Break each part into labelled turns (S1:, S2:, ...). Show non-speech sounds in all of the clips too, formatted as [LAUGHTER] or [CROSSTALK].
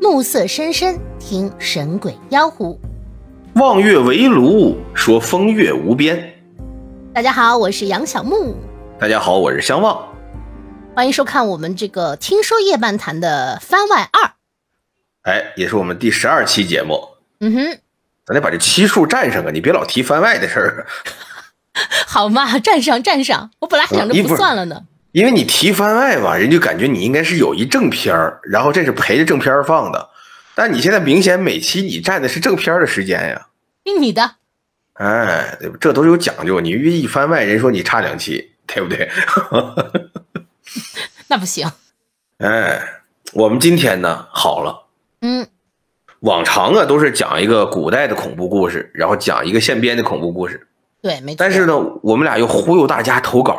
S1: 怒色深深，听神鬼妖狐。
S2: 望月为炉，说风月无边。
S1: 大家好，我是杨小木，
S2: 大家好，我是相望。
S1: 欢迎收看我们这个《听说夜半谈》的番外二。
S2: 哎，也是我们第十二期节目，
S1: 嗯哼，
S2: 咱得把这期数占上啊！你别老提番外的事儿， [LAUGHS]
S1: 好嘛，站上站上，我本来还想着
S2: 嗯一会
S1: 不
S2: 儿
S1: 算了呢。
S2: 因为你提番外吧，人就感觉你应该是有一正片儿，然后这是陪着正片儿放的。但你现在明显每期你占的是正片儿的时间呀，
S1: 听你的，
S2: 哎，对吧这都是有讲究。你一番外，人说你差两期，对不对？
S1: 那不行。
S2: 哎，我们今天呢，好了。
S1: 嗯，
S2: 往常啊都是讲一个古代的恐怖故事，然后讲一个现编的恐怖故事。
S1: 对，没错。
S2: 但是呢，我们俩又忽悠大家投稿，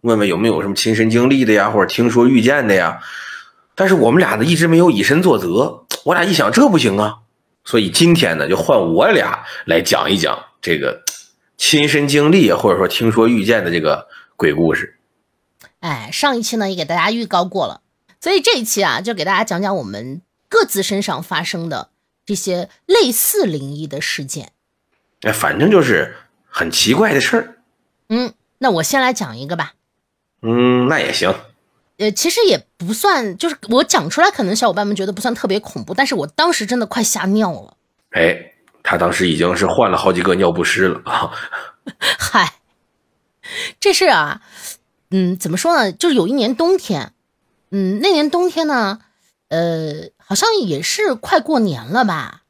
S2: 问问有没有什么亲身经历的呀，或者听说遇见的呀。但是我们俩呢一直没有以身作则，我俩一想这不行啊，所以今天呢就换我俩来讲一讲这个亲身经历啊，或者说听说遇见的这个鬼故事。
S1: 哎，上一期呢也给大家预告过了，所以这一期啊就给大家讲讲我们各自身上发生的这些类似灵异的事件。
S2: 哎，反正就是很奇怪的事儿。
S1: 嗯，那我先来讲一个吧。
S2: 嗯，那也行。
S1: 呃，其实也不算，就是我讲出来，可能小伙伴们觉得不算特别恐怖，但是我当时真的快吓尿了。 [LAUGHS]
S2: 哎，他当时已经是换了好几个尿不湿了啊。
S1: 嗨，这事啊，嗯，怎么说呢？就是有一年冬天，嗯，那年冬天呢，呃，好像也是快过年了吧。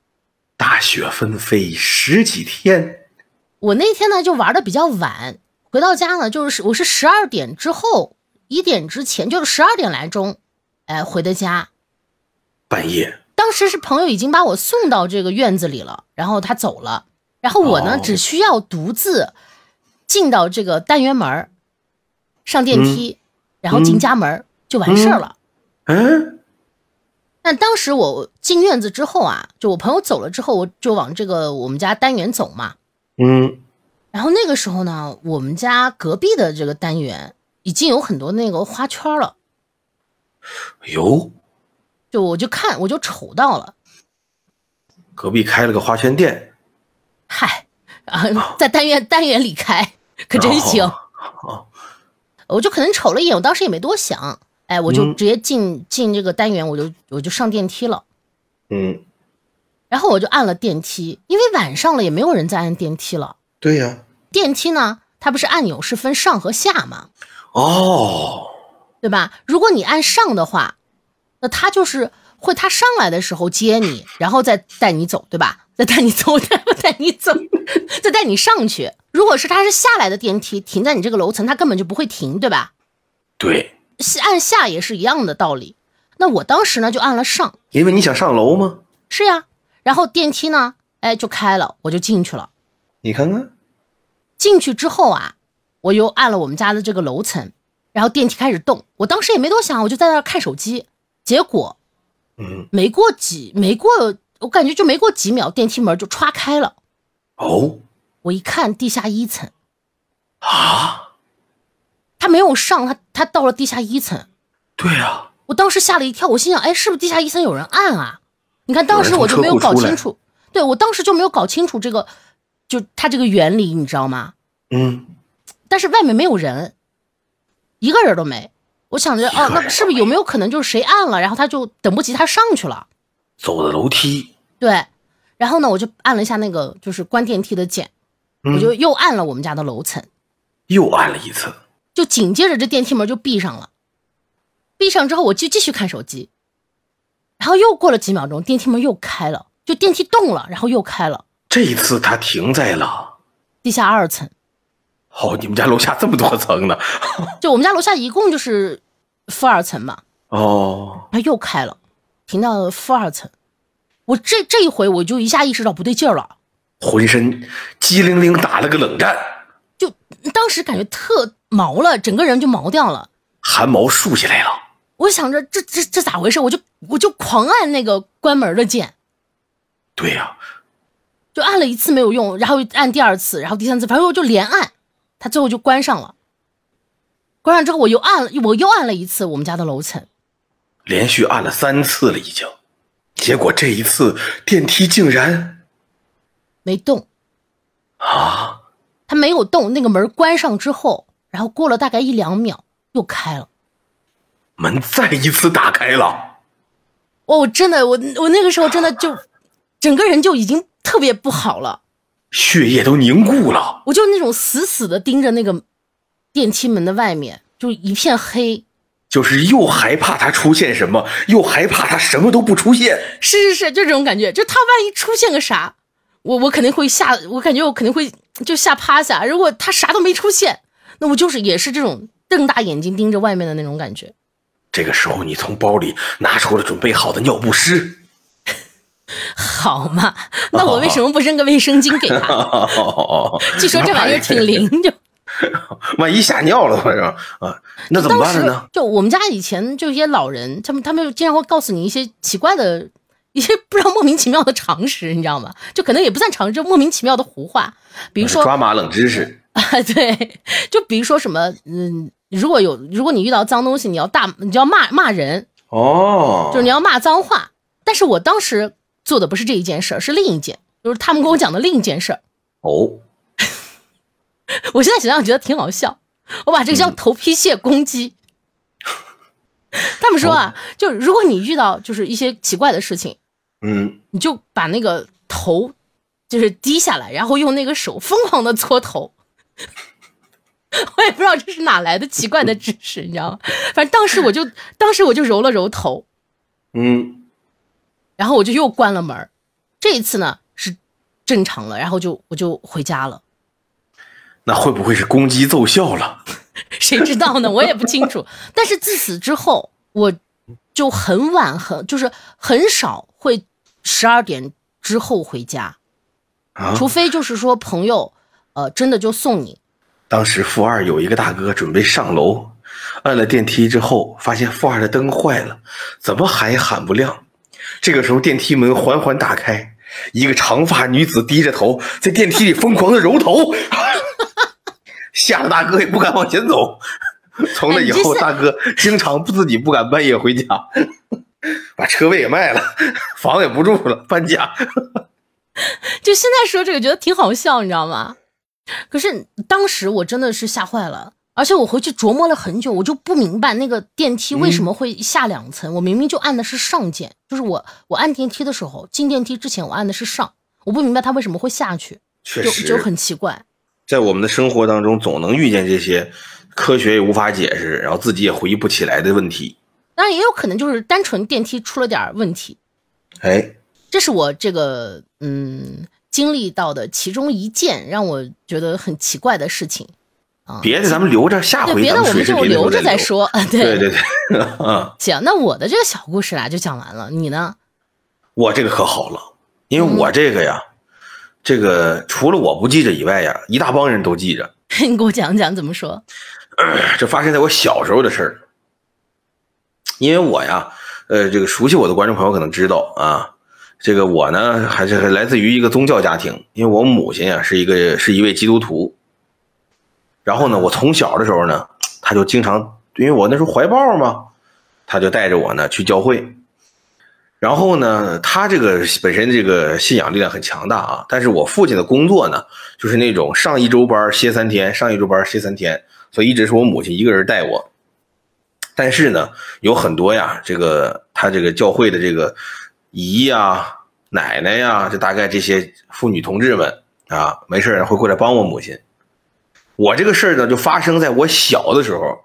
S2: 大雪纷飞十几天，
S1: 我那天呢就玩的比较晚，回到家呢就是我是十二点之后，一点之前就是十二点来钟，哎，回的家。
S2: 半夜
S1: 当时是朋友已经把我送到这个院子里了，然后他走了，然后我呢、
S2: 哦
S1: 只需要独自进到这个单元门儿，上电梯，然后进家门儿、就完事儿了。
S2: 嗯，
S1: 但当时我进院子之后啊，就我朋友走了之后，我就往这个我们家单元走嘛。
S2: 嗯，
S1: 然后那个时候呢，我们家隔壁的这个单元已经有很多那个花圈了，
S2: 哟，
S1: 就我就看我就瞅到了，
S2: 隔壁开了个花圈店，
S1: 嗨啊，在单元单元里开，可真行。
S2: 哦哦
S1: 我就可能瞅了一眼，我当时也没多想，哎，我就
S2: 嗯
S1: 直接进、进这个单元，我就我就上电梯了，
S2: 嗯，
S1: 然后我就按了电梯，因为晚上了也没有人再按电梯了。
S2: 对呀、
S1: 电梯呢，它不是按钮是分上和下嘛，
S2: 哦，
S1: 对吧？如果你按上的话，那它就是会它上来的时候接你，然后再带你走，对吧？再带你走， [LAUGHS] 再带你走，再带你上去。如果是它是下来的电梯，停在你这个楼层，它根本就不会停，对吧？
S2: 对，
S1: 下按下也是一样的道理。那我当时呢就按了上，
S2: 因为你想上楼吗？
S1: 是呀，然后电梯呢，哎就开了，我就进去了。
S2: 你看看，
S1: 进去之后啊，我又按了我们家的这个楼层，然后电梯开始动。我当时也没多想，我就在那儿看手机。结果
S2: 嗯，
S1: 没过几没过，我感觉就没过几秒，电梯门就歘开了。
S2: 哦，
S1: 我一看地下一层，
S2: 啊，
S1: 他没有上，他他到了地下一层。
S2: 对啊呀、
S1: 我当时吓了一跳，我心想，哎，是不是地下一层有人按啊？你看当时我就没有搞
S2: 有
S1: 清
S2: 人从
S1: 楚，对我当时就没有搞清楚这个，就它这个原理，你知道吗？
S2: 嗯，
S1: 但是外面没有人，一个人都没。我想着，
S2: 一个
S1: 哦，
S2: 人
S1: 那是不是有没有可能就是谁按了，然后他就等不及他上去了？
S2: 走的楼梯，
S1: 对，然后呢，我就按了一下那个就是关电梯的键，
S2: 嗯
S1: 我就又按了我们家的楼层，
S2: 又按了一次，
S1: 就紧接着这电梯门就闭上了。闭上之后，我就继续看手机，然后又过了几秒钟，电梯门又开了，就电梯动了，然后又开了，
S2: 这一次他停在了，
S1: 地下二层。
S2: 哦，你们家楼下这么多层呢，
S1: 就我们家楼下一共就是负二层嘛，
S2: 哦，
S1: 它又开了，停到了负二层。我这这一回我就一下意识到不对劲儿了，
S2: 浑身激灵灵打了个冷战，
S1: 就当时感觉特毛了，整个人就毛掉了。
S2: 汗毛竖起来了。
S1: 我想着这这这咋回事？我就我就狂按那个关门的键，
S2: 对呀、
S1: 就按了一次没有用，然后按第二次，然后第三次，反正我就连按，它最后就关上了。关上之后，我又按了，我又按了一次我们家的楼层，
S2: 连续按了三次了，已经。结果这一次电梯竟然
S1: 没动，
S2: 啊，
S1: 他没有动，那个门关上之后，然后过了大概一两秒又开了。
S2: 门再一次打开了。
S1: 哦，我真的，我我那个时候真的就，整个人就已经特别不好了，
S2: 血液都凝固了，
S1: 我就那种死死的盯着那个电梯门的外面，就一片黑。
S2: 就是又害怕它出现什么，又害怕它什么都不出现。
S1: 是是是，就这种感觉，就他万一出现个啥，我我肯定会吓，我感觉我肯定会就吓趴下。如果他啥都没出现，那我就是也是这种瞪大眼睛盯着外面的那种感觉。
S2: 这个时候，你从包里拿出了准备好的尿不湿。 [LAUGHS]
S1: 好嘛，那我为什么不扔个卫生巾给他？据说这玩意儿挺灵，就
S2: 万一吓尿了，反正啊，那 [LAUGHS] 怎么
S1: 当
S2: 办
S1: 时
S2: 呢？
S1: 就我们家以前就一些老人，他们他们就经常会告诉你一些奇怪的、一些不知道莫名其妙的常识，你知道吗？就可能也不算常识，就莫名其妙的胡话，比如说
S2: 抓马冷知识，
S1: 啊， [LAUGHS] 对，就比如说什么，嗯，如果有，如果你遇到脏东西，你要大，你就要骂骂人，
S2: 哦，
S1: 就是你要骂脏话。但是我当时做的不是这一件事儿，是另一件，就是他们跟我讲的另一件事儿。
S2: 哦，
S1: 我现在想想觉得挺好笑，我把这个叫头皮屑攻击。 [LAUGHS] 他们说啊，就如果你遇到就是一些奇怪的事情，
S2: 嗯，
S1: 你就把那个头就是低下来，然后用那个手疯狂的搓头。 [LAUGHS] 我也不知道这是哪来的奇怪的知识，你知道吗？反正当时我就当时我就揉了揉头，
S2: 嗯，
S1: 然后我就又关了门儿。这一次呢是正常了，然后就我就回家了。
S2: 那会不会是公鸡奏效了？
S1: 谁知道呢？我也不清楚。但是自此之后，我就很晚很就是很少会十二点之后回家，
S2: 啊，
S1: 除非就是说朋友呃真的就送你，
S2: 当时负二有一个大哥准备上楼，按了电梯之后，发现负二的灯坏了，怎么喊也喊不亮。这个时候，电梯门缓缓打开，一个长发女子低着头在电梯里疯狂的揉头， [LAUGHS] 吓得大哥也不敢往前走。从那以
S1: 哎你这
S2: 后，
S1: 是
S2: 大哥经常不自己不敢半夜回家，把车位也卖了，房也不住了，搬家。
S1: 就现在说这个觉得挺好笑，你知道吗？可是当时我真的是吓坏了，而且我回去琢磨了很久，我就不明白那个电梯为什么会下两层。我明明就按的是上键，就是我我按电梯的时候，进电梯之前我按的是上，我不明白它为什么会下去，
S2: 确
S1: 就
S2: 实，
S1: 就很奇怪。
S2: 在我们的生活当中，总能遇见这些科学也无法解释，然后自己也回忆不起来的问题。
S1: 当然也有可能就是单纯电梯出了点儿问题，
S2: 哎，
S1: 这是我这个嗯经历到的其中一件让我觉得很奇怪的事情。啊
S2: 别的咱们留着，下
S1: 对
S2: 回
S1: 别
S2: 咱
S1: 的我
S2: 水
S1: 们
S2: 视
S1: 就
S2: 频的时候
S1: 留着
S2: 再
S1: 再
S2: 聊。
S1: 说。 [LAUGHS] 啊
S2: 对对对，啊，
S1: 行，那我的这个小故事啊就讲完了，你呢？ [LAUGHS]
S2: 我这个可好了，因为
S1: 嗯
S2: 我这个呀，这个除了我不记着以外呀，一大帮人都记着。
S1: 你给我讲讲怎么说？
S2: 这发生在我小时候的事儿。因为我呀，呃，这个熟悉我的观众朋友可能知道啊，这个我呢还是来自于一个宗教家庭，因为我母亲呀是一个是一位基督徒。然后呢，我从小的时候呢，她就经常因为我那时候怀抱嘛，她就带着我呢去教会。然后呢，她这个本身这个信仰力量很强大啊，但是我父亲的工作呢，就是那种上一周班儿歇三天，上一周班儿歇三天，所以一直是我母亲一个人带我。但是呢，有很多呀，这个他这个教会的这个姨呀、奶奶呀，这大概这些妇女同志们啊，没事儿会过来帮我母亲。我这个事儿呢，就发生在我小的时候，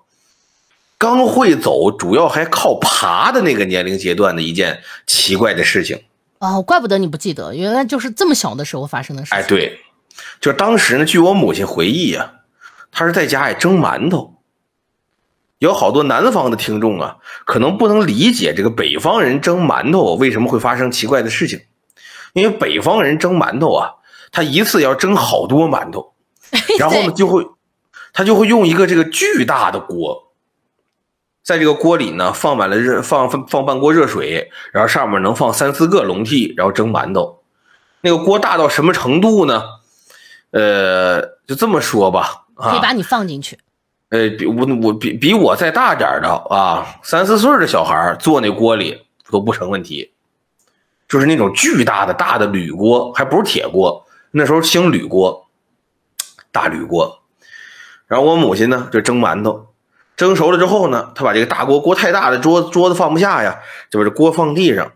S2: 刚会走，主要还靠爬的那个年龄阶段的一件奇怪的事情。
S1: 哦，怪不得你不记得，原来就是这么小的时候发生的事情。
S2: 哎，对，就当时呢，据我母亲回忆啊，她是在家里蒸馒头。有好多南方的听众啊，可能不能理解这个北方人蒸馒头为什么会发生奇怪的事情，因为北方人蒸馒头啊，他一次要蒸好多馒头，
S1: [LAUGHS]
S2: 然后呢就会，他就会用一个这个巨大的锅，在这个锅里呢放满了热放放放半锅热水，然后上面能放三四个笼屉，然后蒸馒头。那个锅大到什么程度呢？呃，就这么说吧，啊，
S1: 可以把你放进去。
S2: 呃，比我我比比我再大点儿的啊，三四岁儿的小孩儿坐那锅里都不成问题。就是那种巨大的大的铝锅，还不是铁锅，那时候兴铝锅，大铝锅。然后我母亲呢就蒸馒头，蒸熟了之后呢，她把这个大锅锅太大了，桌桌子放不下呀，就把这锅放地上，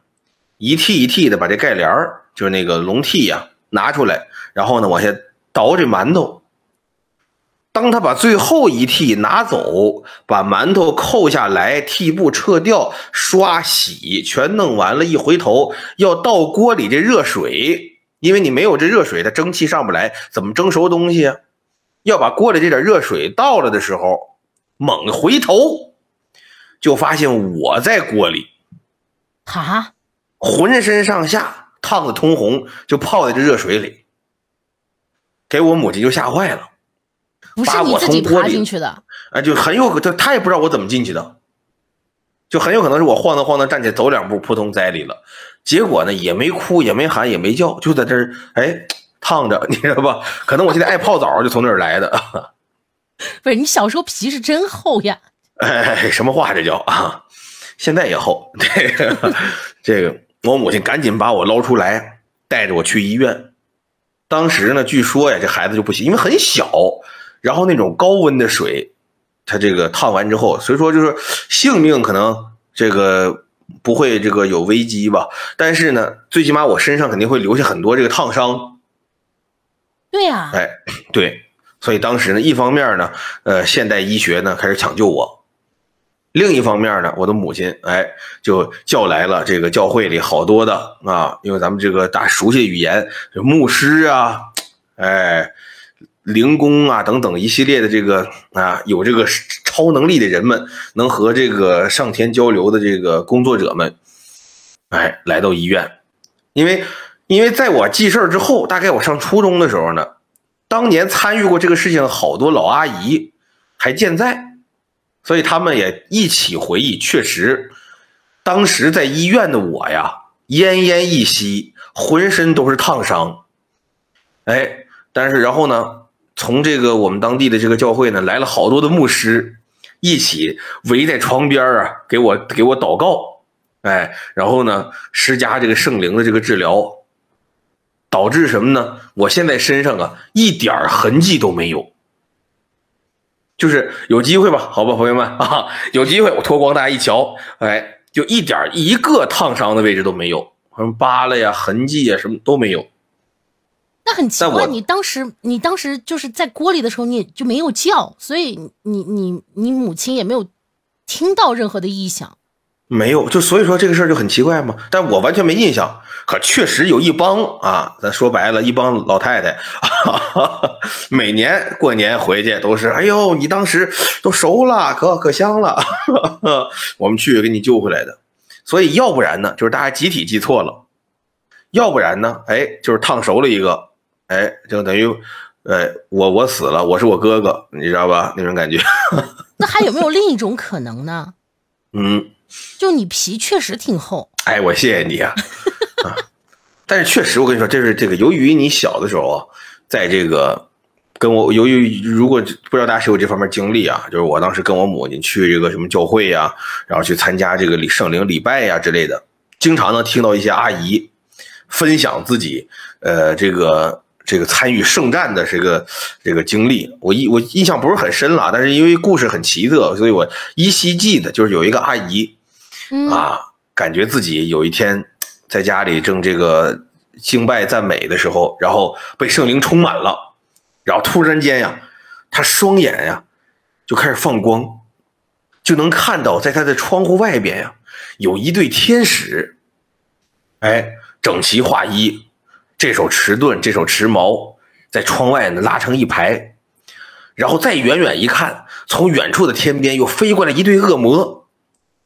S2: 一屉一屉的把这盖帘儿，就是那个笼屉呀、拿出来，然后呢往下倒这馒头。当他把最后一屉拿走，把馒头扣下来，屉布撤掉，刷洗全弄完了，一回头要倒锅里这热水，因为你没有这热水，它蒸汽上不来，怎么蒸熟东西啊？要把锅里这点热水倒了的时候，猛回头，就发现我在锅里，
S1: 啊，
S2: 浑身上下烫的通红，就泡在这热水里，给我母亲就吓坏了。
S1: 不
S2: 把
S1: 是你
S2: 我
S1: 自己
S2: 从锅
S1: 爬
S2: 里
S1: 进去的，
S2: 哎，就很有可他他也不知道我怎么进去的，就很有可能是我晃荡晃荡站起来走两步，扑通栽里了。结果呢，也没哭，也没喊，也没叫，就在这儿哎烫着，你知道吧？可能我现在爱泡澡，就从那儿来的。
S1: 不是你小时候皮是真厚呀。
S2: 哎，什么话这叫啊？现在也厚， [LAUGHS] 这个这个，我母亲赶紧把我捞出来，带着我去医院。当时呢，据说呀，这孩子就不行，因为很小，然后那种高温的水，它这个烫完之后，虽说就是性命可能这个不会这个有危机吧，但是呢，最起码我身上肯定会留下很多这个烫伤。
S1: 对呀、
S2: 哎，对，所以当时呢，一方面呢，呃，现代医学呢开始抢救我；另一方面呢，我的母亲哎就叫来了这个教会里好多的啊，因为咱们这个大家熟悉的语言，就牧师啊，哎，灵工啊等等一系列的这个啊有这个超能力的人们，能和这个上天交流的这个工作者们，哎，来到医院，因为。因为在我记事儿之后，大概我上初中的时候呢，当年参与过这个事情的好多老阿姨还健在，所以他们也一起回忆，确实，当时在医院的我呀，奄奄一息，浑身都是烫伤。哎，但是然后呢，从这个我们当地的这个教会呢，来了好多的牧师，一起围在床边儿啊，给我给我祷告。哎，然后呢，施加这个圣灵的这个治疗，导致什么呢？我现在身上啊一点儿痕迹都没有。就是有机会吧，好吧，朋友们啊， [LAUGHS] 有机会我脱光大家一瞧，哎，就一点儿一个烫伤的位置都没有，什么疤了呀、痕迹呀，什么都没有。
S1: 那很奇
S2: 但我
S1: 怪，你当时你当时就是在锅里的时候，你也就没有叫，所以你你你你母亲也没有听到任何的异响。
S2: 没有，就所以说这个事儿就很奇怪嘛。但我完全没印象，可确实有一帮啊，咱说白了，一帮老太 [LAUGHS] 太，每年过年回去都是，哎呦，你当时都熟了，可可香了， [LAUGHS] 我们去给你救回来的。所以要不然呢，就是大家集体记错了；要不然呢，哎，就是烫熟了一个，哎，就等于，哎，我我死了，我是我哥哥，你知道吧？那种感觉，
S1: 那还有没有另一种可能呢？
S2: 嗯。
S1: 就你皮确实挺厚，
S2: 哎，我谢谢你啊！啊但是确实，我跟你说，这是这个，由于你小的时候啊，在这个跟我，由于如果不知道大家是有这方面经历啊，就是我当时跟我母亲去这个什么教会呀、然后去参加这个礼圣灵礼拜呀、之类的，经常能听到一些阿姨分享自己呃这个这个参与圣战的这个这个经历。我印我印象不是很深了，但是因为故事很奇特，所以我依稀记得，就是有一个阿姨，
S1: 嗯，
S2: 啊，感觉自己有一天在家里正这个敬拜赞美的时候，然后被圣灵充满了，然后突然间呀，他双眼呀就开始放光，就能看到在他的窗户外边呀有一对天使，哎，整齐划一，这手持盾，这手持矛，在窗外呢拉成一排，然后再远远一看，从远处的天边又飞过来一对恶魔。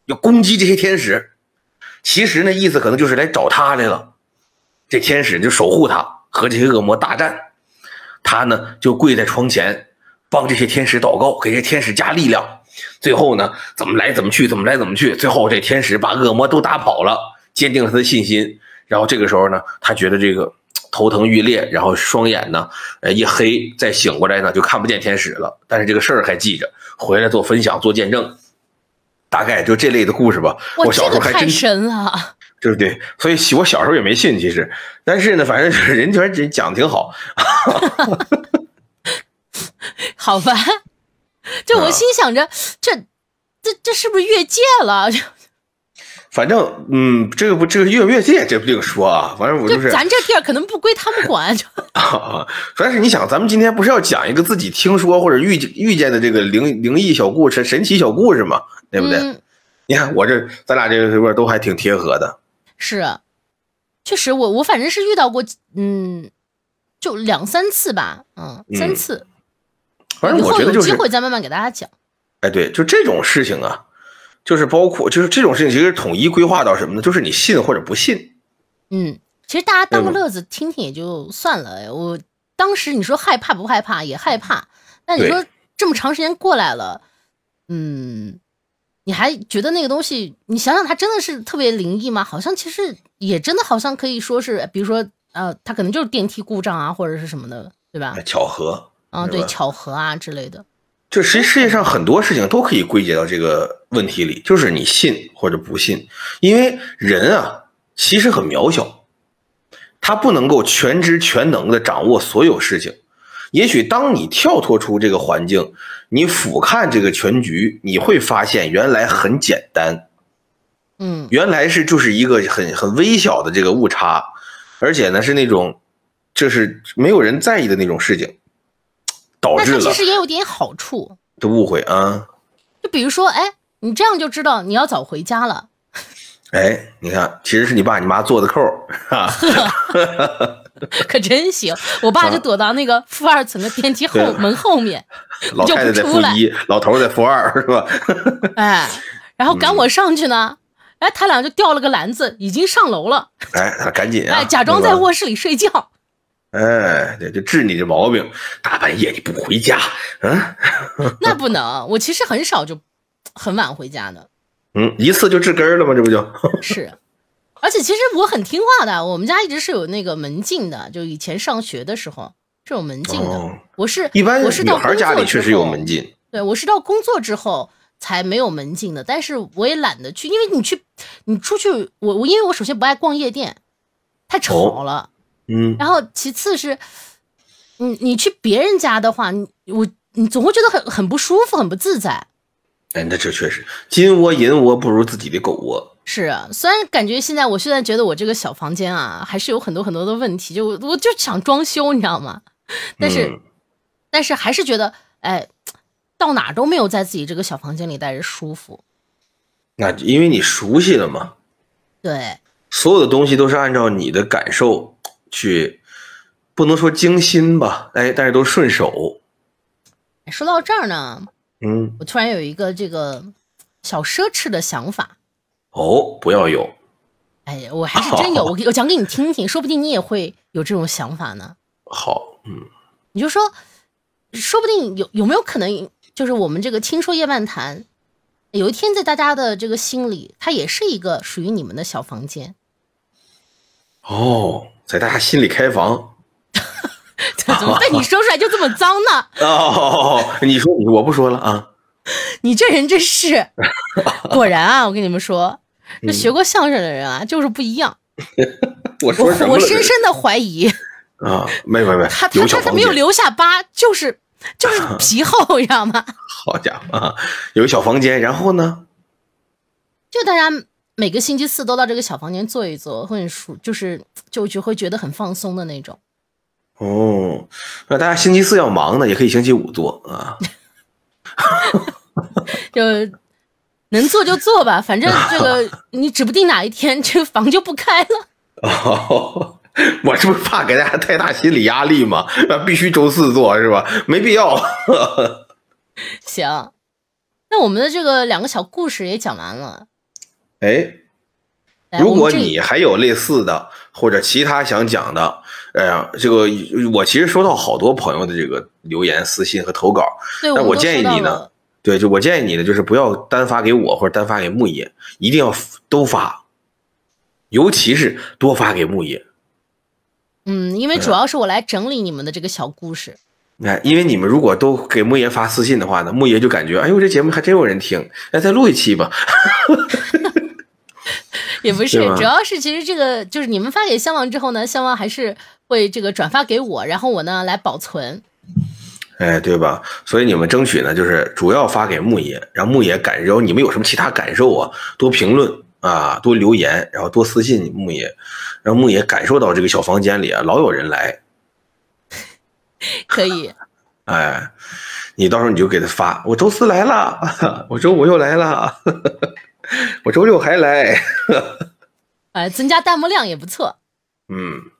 S2: 要攻击这些天使。其实呢，意思可能就是来找他来了。这天使就守护他，和这些恶魔大战。他呢就跪在窗前，帮这些天使祷告，给这些天使加力量。最后呢，怎么来怎么去，怎么来怎么去。最后这天使把恶魔都打跑了，坚定了他的信心。然后这个时候呢，他觉得这个头疼欲裂，然后双眼呢，呃一黑，再醒过来呢就看不见天使了。但是这个事儿还记着，回来做分享做见证。大概就这类的故事吧。
S1: 哇，
S2: 我小
S1: 这
S2: 时候
S1: 个
S2: 还
S1: 太
S2: 真
S1: 神了，
S2: 对不对？所以我小时候也没信，其实，但是呢，反正就是人觉得讲挺好，
S1: 好吧？ [LAUGHS] 就
S2: 啊
S1: 我心想着，这这这是不是越界了？
S2: 反正嗯，这个不这个越越界这不另说啊，反正我
S1: 就
S2: 就是，啊
S1: 咱这地儿可能不归他们管，就
S2: [LAUGHS] 主要是你想，咱们今天不是要讲一个自己听说或者遇遇见的这个灵灵异小故事、神奇小故事嘛，对不对？
S1: 嗯
S2: 你看我这，咱俩这个这块都还挺贴合的，
S1: 是，确实我，我反正是遇到过，嗯，就两三次吧，嗯，三
S2: 嗯
S1: 次。
S2: 反正
S1: 以
S2: 我
S1: 后
S2: 觉得
S1: 有
S2: 就
S1: 机
S2: 是，
S1: 会再慢慢给大家讲。
S2: 哎，对，就这种事情啊，就是包括就是这种事情，其实统一规划到什么呢？就是你信或者不信，
S1: 嗯，其实大家当个
S2: 嗯
S1: 乐子听听也就算了。哎我当时你说害怕不害怕也害怕，但你
S2: 对
S1: 说这么长时间过来了，嗯，你还觉得那个东西，你想想它真的是特别灵异吗？好像其实也真的好像可以说是，比如说呃，它可能就是电梯故障啊，或者是什么的，对吧
S2: 哎？巧合。
S1: 啊，
S2: 是
S1: 对，
S2: 吧
S1: 巧合啊之类的。
S2: 就实际世界上很多事情都可以归结到这个问题里，就是你信或者不信，因为人啊其实很渺小，他不能够全知全能的掌握所有事情。也许当你跳脱出这个环境，你俯瞰这个全局，你会发现原来很简单，
S1: 嗯
S2: 原来是就是一个很很微小的这个误差，而且呢是那种，就是没有人在意的那种事情，导
S1: 但
S2: 致
S1: 它其
S2: 了
S1: 实也有点好处，
S2: 的误会啊。
S1: 就比如说，哎，你这样就知道你要早回家了。
S2: 哎，你看，其实是你爸你妈做的扣儿，
S1: [LAUGHS]
S2: 哈，
S1: 可真行！我爸就躲到那个负二层的电梯后
S2: 对
S1: 门后
S2: [LAUGHS]
S1: 面，
S2: 老太太在负一，老头儿在负二，是吧？
S1: 哎，然后赶我上去呢。哎，他俩就掉了个篮子，已经上楼了。
S2: 哎，赶紧啊！
S1: 哎，假装
S2: 对
S1: 在
S2: 吧。
S1: 卧室里睡觉。 [LAUGHS]
S2: 哎，对，就治你这毛病。大半夜你不回家，嗯
S1: 那不能，我其实很少就很晚回家的，
S2: 嗯，一次就治根儿了吗？这不
S1: [LAUGHS]
S2: 就？
S1: 是。而且其实我很听话的，我们家一直是有那个门禁的，就以前上学的时候是有门禁的。
S2: 哦
S1: 我是
S2: 一般
S1: 我是
S2: 女
S1: 到
S2: 孩
S1: 工
S2: 家
S1: 作
S2: 里确
S1: 之
S2: 实有
S1: 后
S2: 门禁，
S1: 对我是到工作之后才没有门禁的，但是我也懒得去，因为你去，你出去，我我因为我首先不爱逛夜店，太吵了，
S2: 嗯，
S1: 然后其次是，你你去别人家的话，你我你总会觉得很很不舒服，很不自在。
S2: 哎，那这确实，金窝银窝不如自己的狗窝。
S1: 是啊，虽然感觉现在，我现在觉得我这个小房间啊，还是有很多很多的问题，就我就想装修，你知道吗？但是、
S2: 嗯
S1: 但是还是觉得，哎，到哪儿都没有在自己这个小房间里待着舒服。
S2: 那因为你熟悉了嘛，
S1: 对，
S2: 所有的东西都是按照你的感受去，不能说精心吧，哎，但是都顺手。
S1: 说到这儿呢，
S2: 嗯，
S1: 我突然有一个这个小奢侈的想法。
S2: 哦，不要有，
S1: 哎呀，我还是真
S2: 哦
S1: 有，我给我讲给你听听，说不定你也会有这种想法呢。
S2: 好，嗯，
S1: 你就说，说不定有有没有可能，就是我们这个听说夜漫谈，有一天在大家的这个心里，它也是一个属于你们的小房间。
S2: 哦，在大家心里开房
S1: 怎么被你说出来就这么脏呢？
S2: 哦，你说你我不说了啊，
S1: 你这人真
S2: [LAUGHS]
S1: 是，果然啊，我跟你们说，这
S2: 嗯
S1: 学过相声的人啊，就是不一样。
S2: [LAUGHS] 我
S1: 我
S2: 说什么
S1: 我
S2: 了
S1: 深深的怀疑。
S2: 这是啊，没没没
S1: 他，他
S2: 有小
S1: 他他
S2: 房
S1: 没有
S2: 间，
S1: 留下疤，就是
S2: [LAUGHS]
S1: 就是皮厚，你知道吗？ [LAUGHS]
S2: 好家伙啊，有小房间，然后呢，
S1: 就大家每个星期四都到这个小房间坐一坐，会很舒，就是就就会觉得很放松的那种。
S2: 哦，那大家星期四要忙呢，也可以星期五做啊，
S1: 就能做就做吧，反正这
S2: [LAUGHS]
S1: 个你指不定哪一天这个房就不开了。
S2: 哦。 [LAUGHS] 我这不是怕给大家太大心理压力嘛？那必须周四做是吧？没必要。
S1: 行，那我们的这个两个小故事也讲完了。
S2: [LAUGHS] 哎，
S1: 来
S2: 如
S1: 我
S2: 果
S1: 们这
S2: 你还有类似的或者其他想讲的，哎呀，这个我其实收到好多朋友的这个留言、私信和投稿。
S1: 对
S2: 那
S1: 们
S2: 哎我
S1: 都
S2: 建
S1: 说
S2: 议
S1: 到
S2: 你呢
S1: 了，，
S2: 对，就我建议你呢，就是不要单发给我或者单发给牧野，一定要 f- 都发，尤其是多发给牧野。
S1: 嗯，因为主
S2: 嗯
S1: 要是我来整理你们的这个小故事。
S2: 哎，因为你们如果都给牧爷发私信的话呢，牧爷就感觉，哎呦，这节目还真有人听，哎，再录一期吧。 [LAUGHS]
S1: 也不是
S2: 对，吧
S1: 主要是其实这个就是你们发给相望之后呢，相望还是会这个转发给我，然后我呢来保存。
S2: 哎，对吧？所以你们争取呢，就是主要发给牧野，让牧野感受你们有什么其他感受啊，多评论啊，多留言，然后多私信牧野，让牧野感受到这个小房间里啊，老有人来。
S1: 可
S2: [LAUGHS]
S1: 以，
S2: 哎，你到时候你就给他发，我周四来了， [LAUGHS] 我周五又来了， [LAUGHS] 我周六还来。
S1: 呃，增加弹幕量也不错。
S2: 嗯，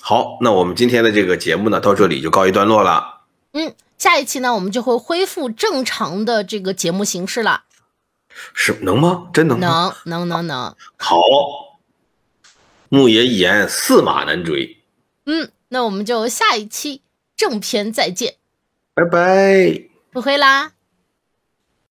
S2: 好，那我们今天的这个节目呢，到这里就告一段落了。
S1: 嗯，下一期呢，我们就会恢复正常的这个节目形式了。
S2: 是能吗？真能吗？
S1: 能能能能，
S2: 好，牧野一言驷马难追，
S1: 嗯，那我们就下一期正片再见，
S2: 拜拜。
S1: 不会啦。